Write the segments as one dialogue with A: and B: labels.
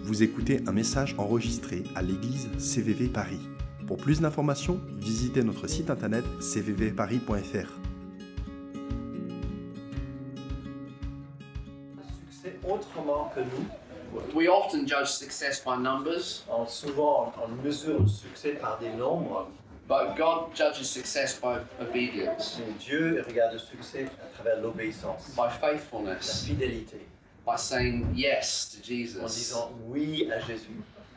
A: Vous écoutez un message enregistré à l'église CVV Paris. Pour plus d'informations, visitez notre site internet cvvparis.fr.
B: succès autrement que nous.
C: We often judge success by numbers,
B: On, souvent, on mesure le succès par des nombres,
C: but God judges success by obedience,
B: mais Dieu regarde le succès à travers l'obéissance,
C: by
B: la
C: faithfulness,
B: fidélité,
C: by saying yes to
B: en
C: Jesus.
B: disant oui à Jésus.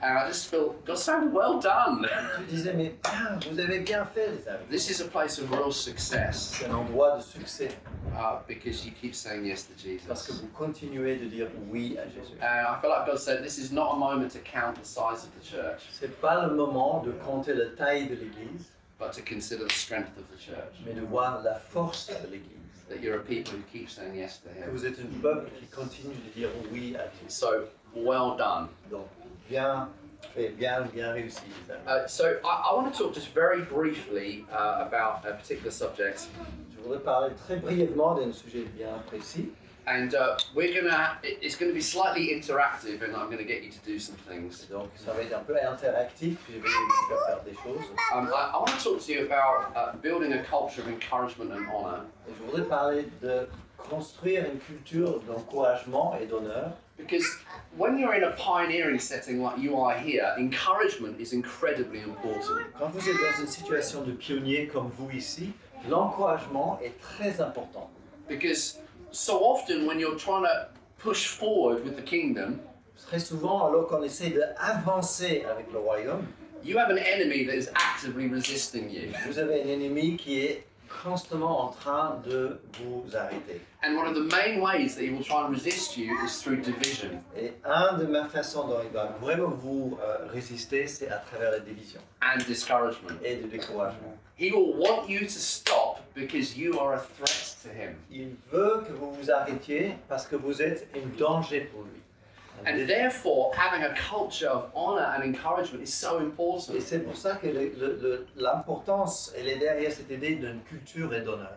C: And I just feel, God saying, well done.
B: Tu disais, mais bien, vous avez bien fait, les amis.
C: This is a place of real success
B: C'est un endroit de succès
C: uh, because you keep saying yes to
B: parce que
C: Jesus.
B: vous continuez de dire oui à Jésus.
C: And I feel like God said, this is not a moment to count the size of the church,
B: C'est pas le moment de compter la taille de l'Église,
C: but to consider the strength of the church.
B: mais de voir la force de l'Église.
C: That you're a people who keep saying yes to
B: Que
C: Him.
B: vous êtes un peuple qui continue de dire oui à Jésus.
C: So, well done.
B: Donc, bien fait, bien, bien réussi, les amis.
C: Uh, so I, I want to talk just very briefly uh, about a particular subject,
B: Je voudrais parler très brièvement d'un sujet bien précis.
C: and uh, we're gonna. it- It's gonna be slightly interactive, and I'm gonna get you to do some things.
B: Donc ça va être un peu interactif, je vais vous faire faire des choses.
C: Um, I, I want to talk to you about uh, building a culture of encouragement and honor,
B: Et je voudrais parler de construire une culture d'encouragement et d'honneur.
C: because when you're in a pioneering setting like you are here, encouragement is incredibly important.
B: Quand vous êtes dans une situation de pionnier comme vous ici, l'encouragement est très important.
C: Because so often when you're trying to push forward with the kingdom,
B: Très souvent, alors qu'on essaie d'avancer avec le royaume,
C: you have an enemy that is actively resisting you.
B: vous avez un ennemi qui est constamment en train de vous arrêter.
C: And one of the main ways that he will try and resist you is through division.
B: Et une de ma façons dont il va vraiment vous euh, résister, c'est à travers la division.
C: and discouragement.
B: et de découragement.
C: He will want you to stop because you are a threat to him.
B: Il veut que vous vous arrêtiez parce que vous êtes un danger pour lui.
C: And therefore, having a culture of honor and encouragement is so
B: Et
C: important.
B: c'est pour ça que le- le- le- l'importance, elle est derrière cette idée d'une culture et d'honneur.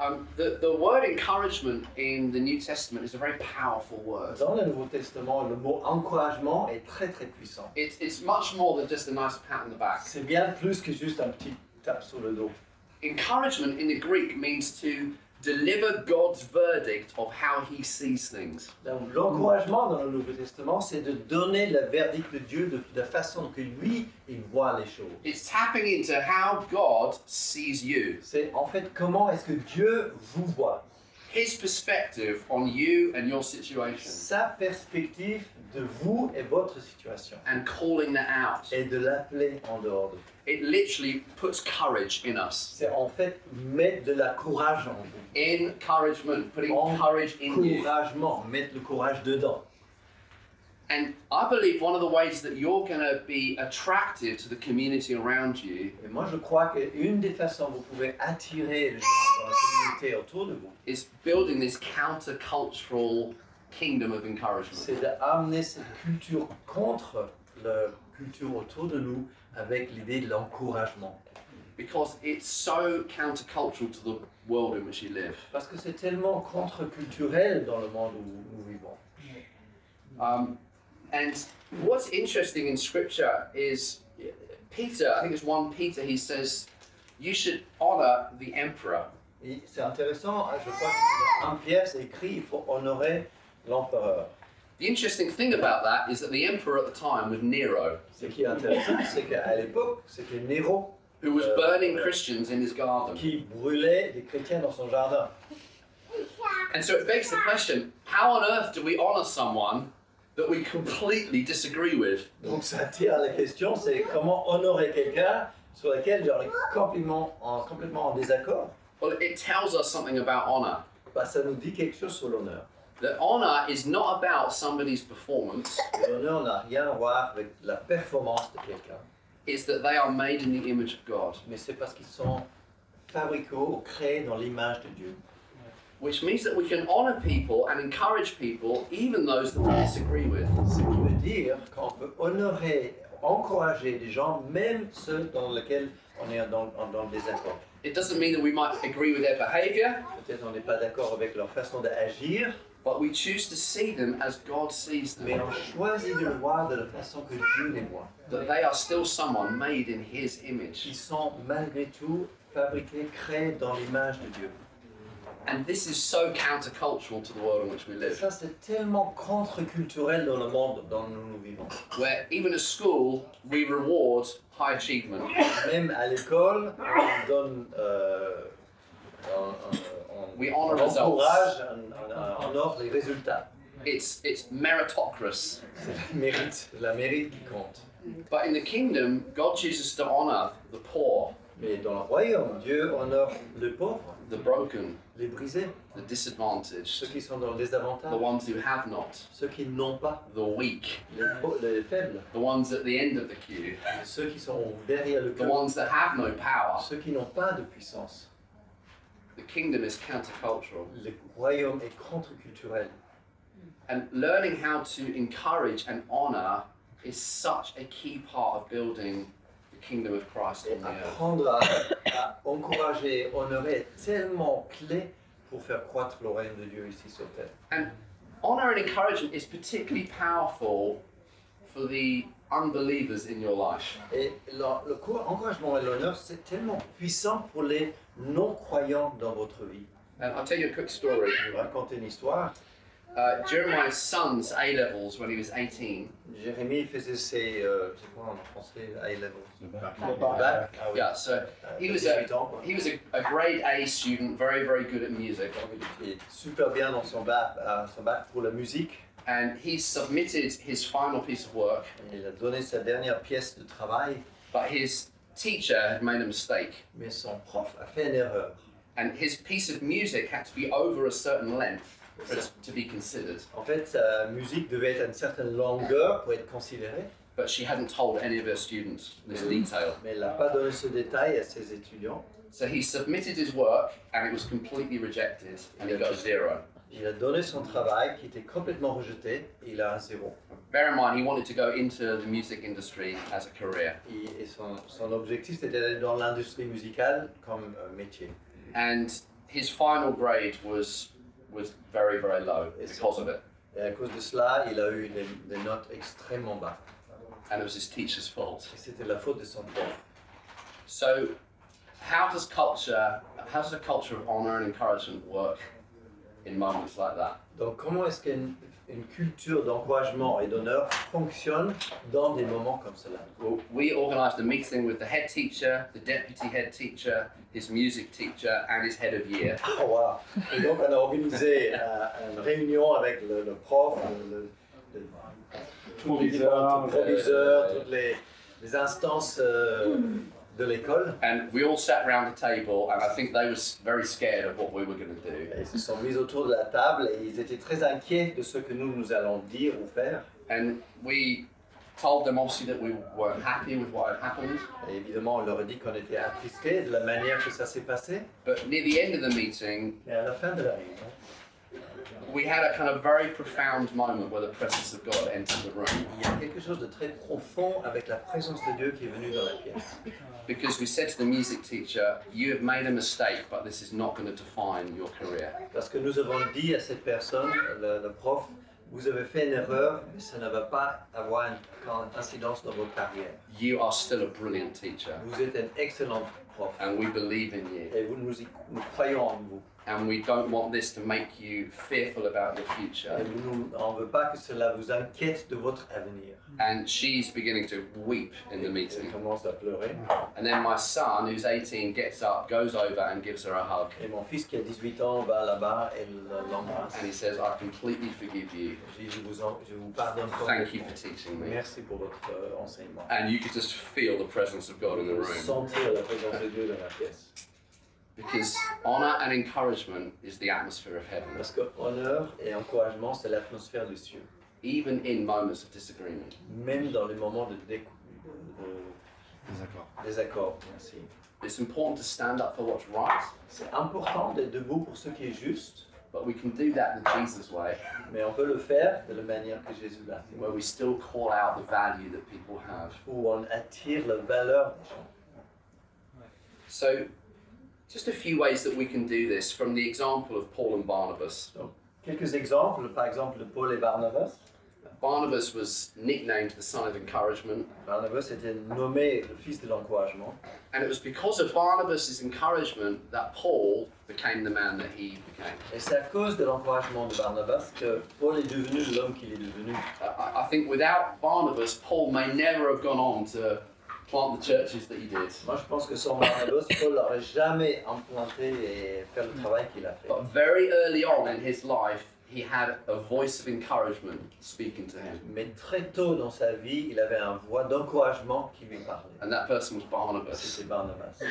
C: Um, the, the word encouragement in the New Testament is a very powerful word.
B: Dans le Nouveau Testament, le mot encouragement est très très puissant.
C: It's, it's much more than just a nice pat on the back.
B: C'est bien plus que juste un petit tape sur le dos.
C: Encouragement in the Greek means to deliver God's verdict of how he sees things.
B: Donc, L'encouragement dans le Nouveau Testament, c'est de donner le verdict de Dieu de, de la façon que lui, il voit les choses.
C: It's tapping into how God sees you,
B: C'est en fait comment est-ce que Dieu vous voit.
C: his perspective on you and your situation.
B: sa perspective de vous et votre situation
C: and calling that out.
B: et de l'appeler en dehors de vous.
C: It literally puts courage in us.
B: C'est en fait mettre de la courage en vous.
C: Encouragement, putting
B: En-
C: courage in you.
B: Couragement, mettre le courage dedans.
C: And I believe one of the ways that you're going to be attractive to the community around you
B: Et moi, je crois qu'une des façons dont vous pouvez attirer les gens dans la communauté autour de vous,
C: is building this countercultural kingdom of encouragement.
B: c'est d'amener cette culture contre la culture autour de nous avec l'idée de l'encouragement.
C: Because it's so countercultural to the world in which you live.
B: Parce que c'est tellement contre-culturel dans le monde où nous vivons.
C: Um, and what's interesting in scripture is Peter, I think it's 1 Peter, he says, You should honor the emperor.
B: Et c'est intéressant, hein, je crois que dans un Pierre, c'est écrit il faut honorer l'empereur.
C: The interesting thing about that is that the emperor at the time was Nero,
B: Ce qui est intéressant, c'est qu'à l'époque, c'était Néro
C: who was
B: Uh,
C: burning
B: yeah.
C: Christians in his garden.
B: qui brûlait des chrétiens dans son jardin.
C: And so it begs the question how on earth do we honor someone that we completely disagree with?
B: Donc ça tire à la question c'est comment honorer quelqu'un sur lequel j'en ai complètement en, complètement en désaccord
C: Well, it tells us something about honor.
B: bah, Ça nous dit quelque chose sur l'honneur.
C: That honor is not about somebody's performance,
B: Et L'honneur n'a rien à voir avec la performance de quelqu'un,
C: it's that they are made in the image of God,
B: mais c'est parce qu'ils sont fabriqués ou créés dans l'image de Dieu.
C: which means that we can honor people and encourage people, even those that we disagree with.
B: Ce qui veut dire qu'on peut honorer, encourager les gens, même ceux dans lesquels on est dans, en- dans le désaccord.
C: It doesn't mean that we might agree with their behavior,
B: Peut-être on n'est pas d'accord avec leur façon d'agir,
C: but we choose to see them as God sees them.
B: Mais on choisit de le voir de la façon que Dieu les voit.
C: That they are still someone made in His image.
B: Ils sont malgré tout fabriqués, créés dans l'image de Dieu.
C: And this is so countercultural to the world in which we
B: Et
C: live,
B: ça, c'est tellement contre-culturel dans le monde dans lequel nous vivons.
C: where even at school we reward high achievement.
B: Même à l'école, on donne. euh, on, on- on-
C: We honor
B: on
C: results.
B: encourage, on, on- on honore les résultats.
C: It's it's meritocracy.
B: C'est le mérite, la mérite qui compte.
C: But in the kingdom, God chooses to honor the poor,
B: Mais dans le royaume, Dieu honore les pauvres,
C: the broken,
B: les brisés,
C: the
B: ceux
C: disadvantaged,
B: qui sont dans le
C: the
B: désavantage,
C: ones who have not,
B: ceux qui n'ont pas,
C: the weak,
B: les, pau- les faibles,
C: the ones at the end of the queue,
B: ceux qui sont derrière le
C: the
B: cœur,
C: ones that have no power.
B: ceux qui n'ont pas de puissance.
C: The kingdom is countercultural.
B: Le royaume est contre-culturel.
C: And learning how to encourage and honor is such a key part of building the kingdom of Christ
B: Et
C: on the earth.
B: apprendre à, à encourager, honorer est tellement clé pour faire croître le royaume de Dieu ici sur terre.
C: And honor and encouragement is particularly powerful for the unbelievers in your life.
B: Et l'en- le co- encouragement et l'honneur, c'est tellement puissant pour les non-croyants dans votre vie.
C: And I'll tell you a quick story.
B: Je vais vous raconter une histoire.
C: Uh, Jeremiah's son's A levels when he was 18.
B: Jérémie faisait ses. euh, c'est quoi en français A levels
D: Le
B: bac. Ah oui.
C: Yeah, so
B: Euh,
C: He was
B: 18 ans, quoi.
C: he was a, a grade A student, very, very good at music.
B: Donc, Il est super bien dans son bac, à son bac pour la musique.
C: And he submitted his final piece of work,
B: Il a donné sa dernière pièce de travail,
C: but his teacher had made a mistake.
B: mais son prof a fait une erreur.
C: and his piece of music had to be over a certain length for it to be considered.
B: En fait, sa musique devait être à une certaine longueur pour être considérée,
C: But she hadn't told any of her students this detail.
B: mais elle n'a pas donné ce détail à ses étudiants.
C: So he submitted his work and it was completely rejected and he got a zero.
B: Il a donné son travail qui était complètement rejeté et il a un zéro.
C: Bear in mind, he wanted to go into the music industry as a career.
B: Et, et son, son objectif, c'était d'aller dans l'industrie musicale comme euh, métier.
C: And his final grade was, was very, very low because of it.
B: Et à cause de cela, il a eu des, des notes extrêmement basses.
C: And it was his teacher's fault.
B: Et c'était la faute de son prof.
C: So, how does culture, how does a culture of honor and encouragement work in moments like that?
B: Donc comment est-ce qu'une une culture d'encouragement et d'honneur fonctionne dans des moments comme cela
C: Well, we organised a meeting with the head teacher, the deputy head teacher, his music teacher, and his head of year.
B: Oh, wow. Et donc, on a organisé euh, une réunion avec le, le prof, le, le,
D: Proviseur,
B: le proviseur,
C: euh,
B: toutes les, les instances euh, de l'école.
C: And we all sat around the table, and I think they were s- very scared of what we were going to do.
B: Et Ils se sont mis autour de la table et ils étaient très inquiets de ce que nous, nous allons dire ou faire.
C: And we told them obviously that we weren't happy with what had happened.
B: Et évidemment, on leur a dit qu'on était attristés de la manière que ça s'est passé.
C: But near the end of the meeting,
B: Mais à la fin de la hein, réunion,
C: we had a kind of very profound moment where the presence of God entered the room
B: il y a quelque chose de très profond avec la présence de Dieu qui est venue dans la pièce.
C: because we said to the music teacher, "You have made a mistake, but this is not going to define your career."
B: Parce que nous avons dit à cette personne, le, le prof, vous avez fait une erreur, mais ça ne va pas avoir une grande incidence dans votre carrière.
C: You are still a brilliant teacher.
B: Vous êtes un excellent prof
C: and we believe in you
B: et vous nous, y- nous croyons en vous.
C: and we don't want this to make you fearful about your
B: Et
C: future
B: vous nous- on ne veut pas que cela vous inquiète de votre avenir.
C: and she's beginning to weep in the
B: Elle
C: meeting
B: commence à pleurer.
C: and then my son who's 18 gets up goes over and gives her a hug
B: Et mon fils qui a 18 ans va là-bas et l- l'embrasse.
C: and he says i completely forgive you
B: Je, je vous en- je vous pardonne
C: thank you
B: complètement.
C: for teaching me
B: Merci pour votre euh, enseignement.
C: and you could just feel the presence of god in the room
B: Sentir la présence de Dieu dans la pièce.
C: because honor and encouragement is the atmosphere of heaven
B: Parce que honneur et encouragement, c'est l'atmosphère des cieux.
C: even in moments of disagreement
B: même dans les moments de, décou- de
D: Désaccord.
B: désaccord. Merci.
C: it's important to stand up for what's right
B: C'est important d'être debout pour ce qui est juste,
C: but we can do that the jesus way
B: mais on peut le faire de la manière que Jésus l'a fait,
C: where we still call out the value that people have
B: où on attire la valeur des gens.
C: So, just a few ways that we can do this from the example of Paul and Barnabas.
B: Donc, Quelques exemples, par exemple Paul et Barnabas.
C: Barnabas was nicknamed the son of encouragement,
B: Barnabas était nommé le fils de l'encouragement.
C: and it was because of Barnabas' encouragement that Paul became the man that he became.
B: Et c'est à cause de l'encouragement de Barnabas que Paul est devenu l'homme qu'il est devenu.
C: I- I, I think without Barnabas, Paul may never have gone on to plant the churches that he did.
B: Moi, je pense que sans Barnabas, Paul n'aurait jamais implanté et fait le travail qu'il a fait.
C: But very early on in his life, he had a voice of encouragement speaking to him,
B: Mais très tôt dans sa vie, il avait une voix d'encouragement qui lui parlait.
C: and that person was Barnabas.
B: C'était Barnabas.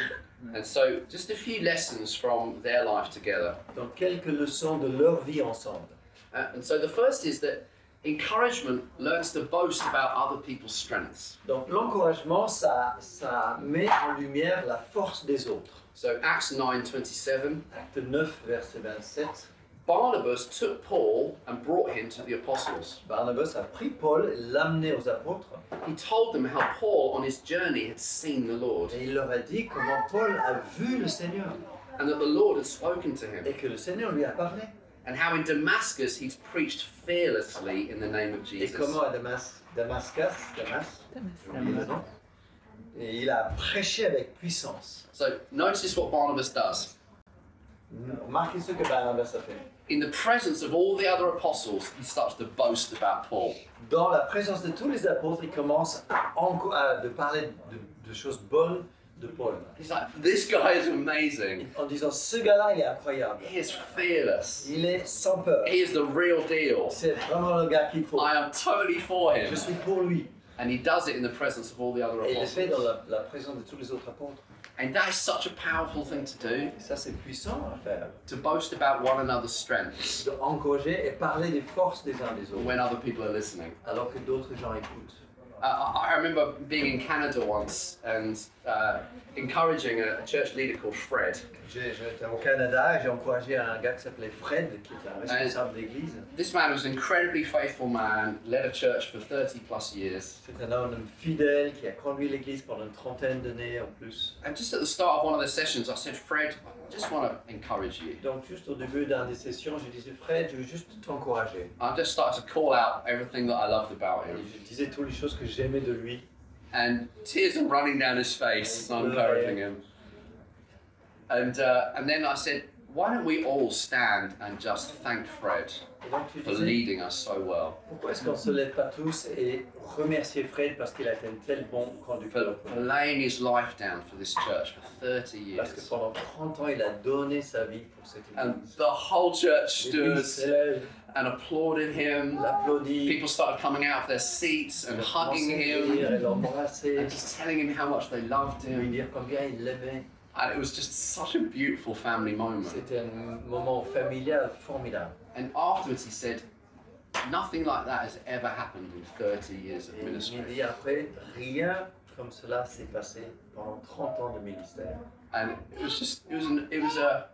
C: And so, just a few lessons from their life together.
B: Donc, quelques leçons de leur vie ensemble.
C: Uh, and so, the first is that encouragement learns to boast about other people's strengths.
B: Donc, l'encouragement, ça, ça met en lumière la force des autres.
C: So, Acts 9 27,
B: Acte 9, verset 27.
C: Barnabas took Paul and brought him to the apostles.
B: Barnabas a pris Paul, et l'a amené aux apôtres,
C: He told them how Paul, on his journey, had seen the Lord,
B: et il leur a dit comment Paul a vu le Seigneur,
C: and that the Lord had spoken to him,
B: et que le Seigneur lui a parlé.
C: and how in Damascus he's preached fearlessly in the name of
B: Et
C: Jesus.
B: comment à Damas, Damascus, Damas, j'ai oublié le nom, et il a prêché avec puissance.
C: So notice what Barnabas does.
B: Remarquez ce que Barnabas a fait.
C: In the presence of all the other apostles, he starts to boast about Paul.
B: Dans la présence de tous les apôtres, il commence à, enco- à- de parler de, de choses bonnes de Paul.
C: He's like, this guy is amazing.
B: En disant, ce gars-là, il est incroyable.
C: He is fearless.
B: Il est sans peur.
C: He is the real deal.
B: C'est vraiment le gars qu'il faut.
C: I am totally for
B: Je
C: him.
B: suis pour lui.
C: And he does it in the presence of all the other
B: Et il le fait dans
C: apostles.
B: la, la présence de tous les autres apôtres.
C: And that is such a powerful thing to do,
B: Et ça, c'est puissant à faire.
C: to boast about one another's strengths
B: De encourager et parler des forces des uns des autres,
C: when other people are listening.
B: alors que d'autres gens écoutent.
C: Uh, I I remember being in Canada once and uh, encouraging a, a church leader called Fred.
B: J'ai- J'étais au Canada et j'ai encouragé un gars qui s'appelait Fred, qui était un responsable d'église.
C: This man was an incredibly faithful man, led a church for 30 plus years.
B: C'est un homme fidèle qui a conduit l'église pendant une trentaine d'années en plus.
C: And just at the start of one of the sessions, I said, Fred, I just want to encourage you.
B: Donc juste au début d'un des sessions, je disais Fred, je veux juste t'encourager.
C: I just started to call out everything that I loved about
B: Et
C: him.
B: je disais toutes les choses que j'aimais de lui.
C: And tears are running down his face as I'm encouraging him. And, uh, and then I said, why don't we all stand and just thank Fred
B: Et donc tu
C: for
B: disais,
C: leading us so well,
B: pourquoi est-ce qu'on se lève pas tous et remercier Fred parce qu'il a été un tel bon
C: for,
B: conducteur.
C: for laying his life down for this church for 30
B: Parce que
C: years?
B: pendant 30 ans, il a donné sa vie pour cette
C: And
B: église.
C: the whole church stood
B: L'église s'élève,
C: and applauded him.
B: l'applaudit,
C: People started coming out of their seats and hugging him
B: et l'embrasser,
C: and just telling him how much they loved
B: lui
C: him.
B: dire combien il l'aimait.
C: And it was just such a beautiful family moment.
B: C'était un moment familial formidable.
C: And afterwards, he said, Nothing like that has ever happened in 30 years of
B: Et il
C: ministry.
B: dit après, rien comme cela s'est passé pendant 30 ans de ministère.
C: And it was just, it was, an, it was a,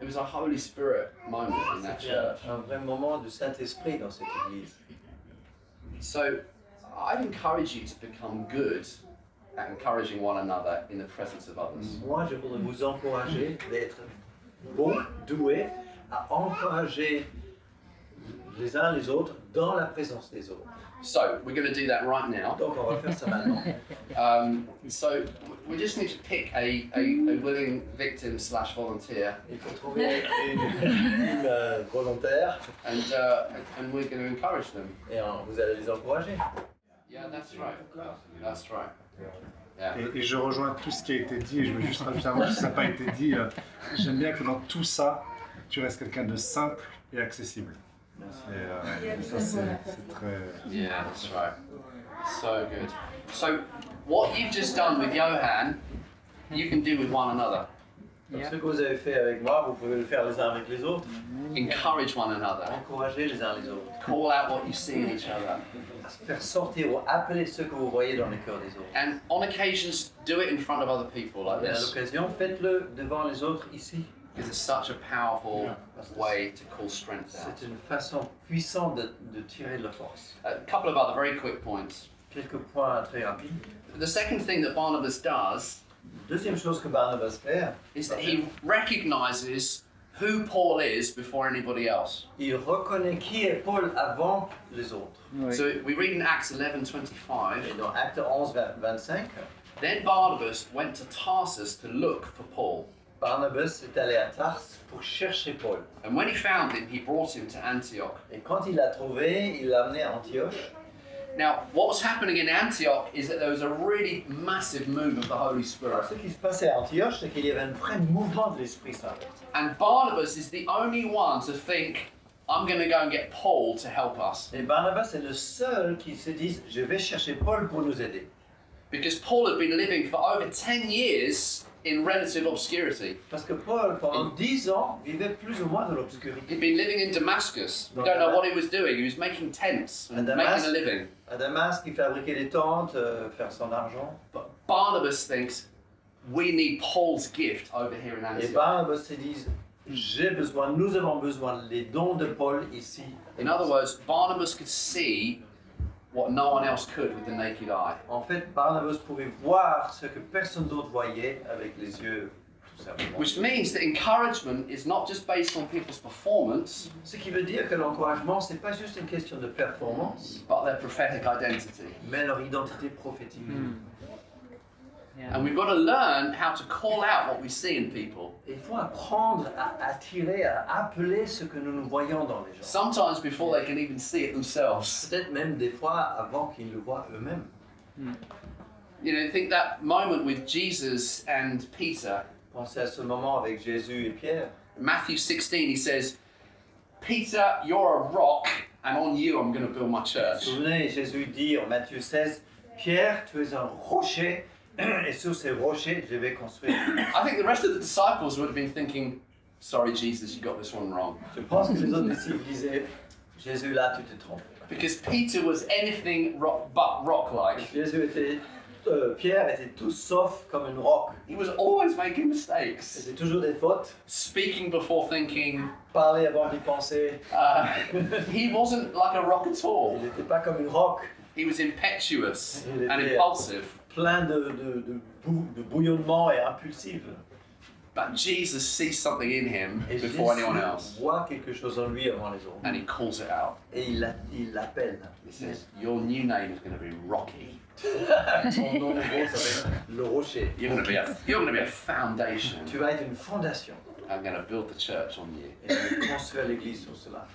C: it was a Holy Spirit moment in that
B: C'était un,
C: church.
B: un vrai moment de Saint-Esprit dans cette église.
C: So I'd encourage you to become good at encouraging one another in the presence of others.
B: Moi, je voudrais vous encourager d'être bons, doués, à encourager les uns les autres dans la présence des autres.
C: So we're going to do that right now.
B: Donc, on va faire ça maintenant.
C: Um, so we just need to pick a, a, a willing victim slash volunteer,
B: Il faut trouver une, une, euh, volontaire
C: and uh, and we're going to encourage them.
B: et euh, vous allez les encourager.
C: Yeah, that's right. That's right.
D: Et, et je rejoins tout ce qui a été dit, et je veux juste rajouter un mot, si ça n'a pas été dit, euh, j'aime bien que dans tout ça, tu restes quelqu'un de simple et accessible. Et, euh, ça, c'est c'est très...
C: Yeah, that's right. So good. So what you've just done with Johan, you can do with one another.
B: Donc, ce que vous avez fait avec moi, vous pouvez le faire les uns avec les autres.
C: Encourage one another.
B: Encourager les uns les autres.
C: Call out what you see in each other.
B: Faire sortir ou appeler ce que vous voyez dans les cœurs des autres.
C: And on occasions, do it in front of other people like
B: Et à
C: this.
B: l'occasion, faites-le devant les autres ici.
C: Because it's such a powerful way to call strength out.
B: C'est une façon puissante de, de tirer de la force.
C: A couple of other very quick points.
B: Quelques points très rapides.
C: The second thing that Barnabas does
B: Deuxième chose que Barnabas fait,
C: is that he recognizes who Paul is before anybody else.
B: Il reconnaît qui est Paul avant les autres.
C: So we read in Acts
B: Et
C: 11:25,
B: dans Acte 11, 20, 25,
C: then Barnabas went to Tarsus to look for Paul,
B: Barnabas est allé à Tarse pour chercher Paul.
C: and when he found him, he brought him to Antioch.
B: Et quand il l'a trouvé, il l'a amené à Antioche.
C: Now, what was happening in Antioch is that there was a really massive move of the Holy
B: Alors,
C: Spirit,
B: ce qui se passait à Antioche, c'est qu'il y avait un vrai mouvement de l'Esprit Saint.
C: and Barnabas is the only one to think, "I'm going to go and get Paul to help us,"
B: Et Barnabas est le seul qui se dit Je vais chercher Paul pour nous aider.
C: because Paul had been living for over ten years in relative obscurity.
B: Parce que Paul, pendant 10 ans, vivait plus ou moins dans l'obscurité.
C: He'd been living in Damascus. We don't know what he was doing. He was making tents and
B: And
C: making
B: Damas-
C: a living.
B: À Damas, il fabriquait des tentes, euh, faire son argent.
C: But Barnabas thinks we need Paul's gift over here in
B: Et
C: Antioch.
B: Barnabas se dit J'ai besoin, nous avons besoin des dons de Paul ici.
C: In other words, Barnabas could see what no one else could with the naked eye.
B: En fait, Barnabas pouvait voir ce que personne d'autre voyait avec les yeux, tout simplement.
C: Which means that encouragement is not just based on people's performance,
B: Ce qui veut dire que l'encouragement, c'est pas juste une question de performance,
C: but their prophetic identity.
B: mais leur identité prophétique.
C: And we've got to learn how to call out what we see in people.
B: Il faut apprendre à attirer, à appeler ce que nous nous voyons dans les gens.
C: Sometimes before they can even see it themselves.
B: Peut-être même des fois avant qu'ils le voient eux-mêmes.
C: You know, think that moment with Jesus and Peter
B: Pensez à ce moment avec Jésus et Pierre.
C: Matthew 16, he says, Peter, you're a rock, and on you I'm going to build my
B: Vous
C: church.
B: vous souvenez, Jésus dit en Matthieu 16, Pierre, tu es un rocher, et sur ces rochers, je vais construire.
C: I think the rest of the disciples would have been thinking, Sorry, Jesus, you got this one wrong.
B: Je pense que les autres disciples disaient, Jésus, là, tu te trompes.
C: Because Peter was anything rock, but rock like.
B: Jésus était, euh, Pierre était tout sauf comme une roc.
C: He was always making mistakes,
B: C'était toujours des fautes.
C: speaking before thinking.
B: Parler avant d'y penser.
C: Uh, he wasn't like a rock at
B: Il
C: all.
B: n'était pas comme une roc.
C: He was impetuous and impulsive.
B: plein de, de, de, bou- de bouillonnement et impulsive.
C: But Jesus sees something in him
B: Et
C: before
B: Jésus
C: anyone else,
B: voit quelque chose en lui avant les autres.
C: and he calls it out.
B: Et il l'a- il l'appelle.
C: He says, Your new name is going to be Rocky.
B: Son nom, en gros, s'appelle le rocher.
C: You're gonna be a you're gonna be a foundation.
B: Tu vas être une fondation.
C: I'm gonna build the church on you.
B: Et je vais construire l'église sur cela.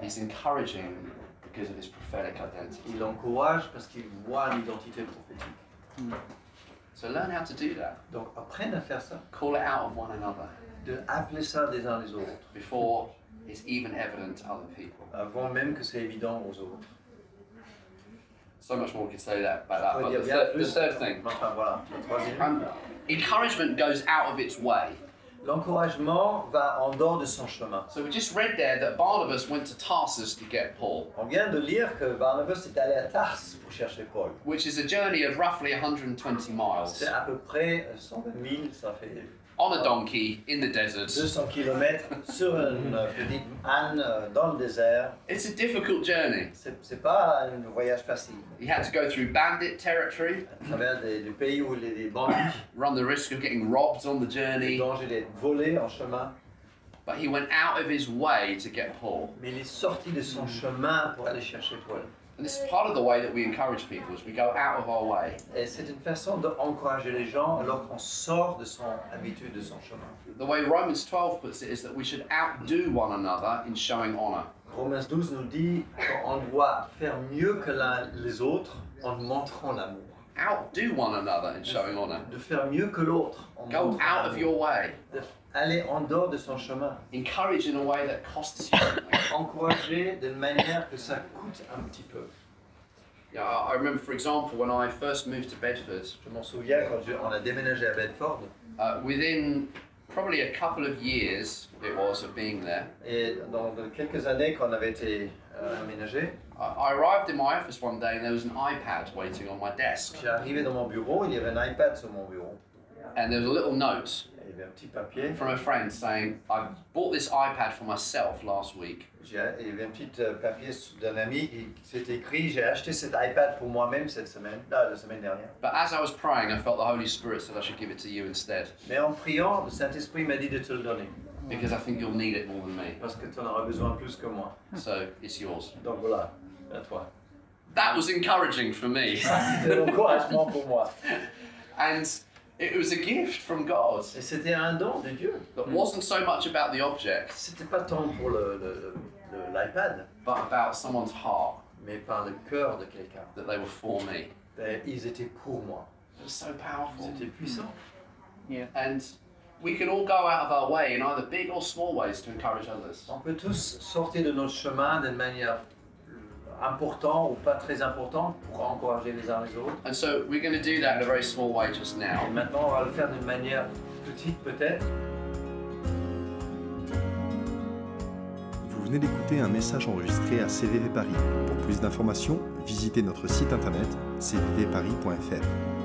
C: He's encouraging because of his prophetic identity.
B: Il l'encourage parce qu'il voit l'identité prophétique.
C: So learn how to do that.
B: Donc apprenne à faire ça.
C: Call it out of one another
B: De appeler ça des uns les autres.
C: before it's even evident to other people.
B: Avant même que c'est évident aux autres.
C: So much more we could say that about
B: Faut
C: that. But
B: dire
C: Ah, the
B: bien
C: third, the
B: plus.
C: third thing.
B: Enfin voilà, le troisième.
C: um, encouragement goes out of its way.
B: L'encouragement va en dehors de son chemin.
C: So we just read there that Barnabas went to Tarsus to get Paul,
B: On vient de lire que Barnabas est allé à Tarse pour chercher Paul.
C: which is a journey of roughly 120 miles
B: C'est à peu près euh, 120 000, ça fait
C: on a donkey in the desert.
B: 200 km sur euh, une petite âne euh, dans le désert.
C: It's a difficult journey.
B: C'est c'est pas un voyage facile.
C: He had to go through bandit territory,
B: À travers des, du pays où les, les bandits,
C: run the risk of getting robbed on the
B: les
C: journey,
B: dangers d'être volés en chemin.
C: but he went out of his way to get Paul.
B: Mais il est sorti de
C: Mm.
B: son chemin pour aller chercher Paul.
C: And this is part of the way that we encourage people is we go out of our way.
B: Et c'est une façon d'encourager les gens alors qu'on sort de son habitude, de son chemin.
C: The way Romans 12 puts it is that we should outdo one another in showing honor.
B: Romains 12 nous dit qu'on doit faire mieux que l'un- les autres en montrant l'amour.
C: Outdo one another in showing honor.
B: De faire mieux que l'autre en
C: Go
B: montrant
C: out of
B: l'amour.
C: your way.
B: aller en dehors de son chemin,
C: Encourage in a way that costs you something.
B: encourager d'une manière que ça coûte un petit peu.
C: Yeah, I I remember, for example, when I first moved to Bedford,
B: Je m'en souviens quand je- on a déménagé à Bedford
C: uh, within probably a couple of years, it was, of being there,
B: et dans de- quelques années quand on avait été euh, aménagé,
C: I- I arrived in my office one day and there was an iPad waiting on my desk,
B: j'ai arrivé dans mon bureau, il y avait un iPad sur mon bureau.
C: and there was a little note
B: Et Il y avait avait un petit papier.
C: from a friend saying, I bought this iPad for myself last week.
B: J'ai- Il y avait un petit euh, papier d'un ami et c'était écrit J'ai acheté cet iPad pour moi-même cette semaine, non, la semaine dernière.
C: But as I was praying, I felt the Holy Spirit said I should give it to you instead
B: Mais en priant, le Saint-Esprit m'a dit de te le donner
C: because I think you'll need it more than me.
B: parce que tu en auras besoin plus que moi.
C: So it's yours.
B: Donc voilà, à toi.
C: That was encouraging for me.
B: C'était l'encouragement pour moi.
C: and it was a gift from God
B: Et c'était un don de Dieu.
C: that wasn't so much about the object,
B: C'était pas tant pour le- le- le- l'iPad,
C: but about someone's heart
B: mais par le cœur de quelqu'un.
C: that they were for me.
B: Et Ils étaient pour moi.
C: It was so powerful.
B: C'était puissant.
C: And we can all go out of our way in either big or small ways to encourage others.
B: On peut tous sortir de notre chemin d'une manière importante ou pas très importante pour encourager les uns les autres.
C: And so we're going to do that in a very small way just
B: Et
C: now.
B: maintenant, on va le faire d'une manière petite peut-être.
A: Vous venez d'écouter un message enregistré à CVV Paris. Pour plus d'informations, visitez notre site internet cvvparis.fr.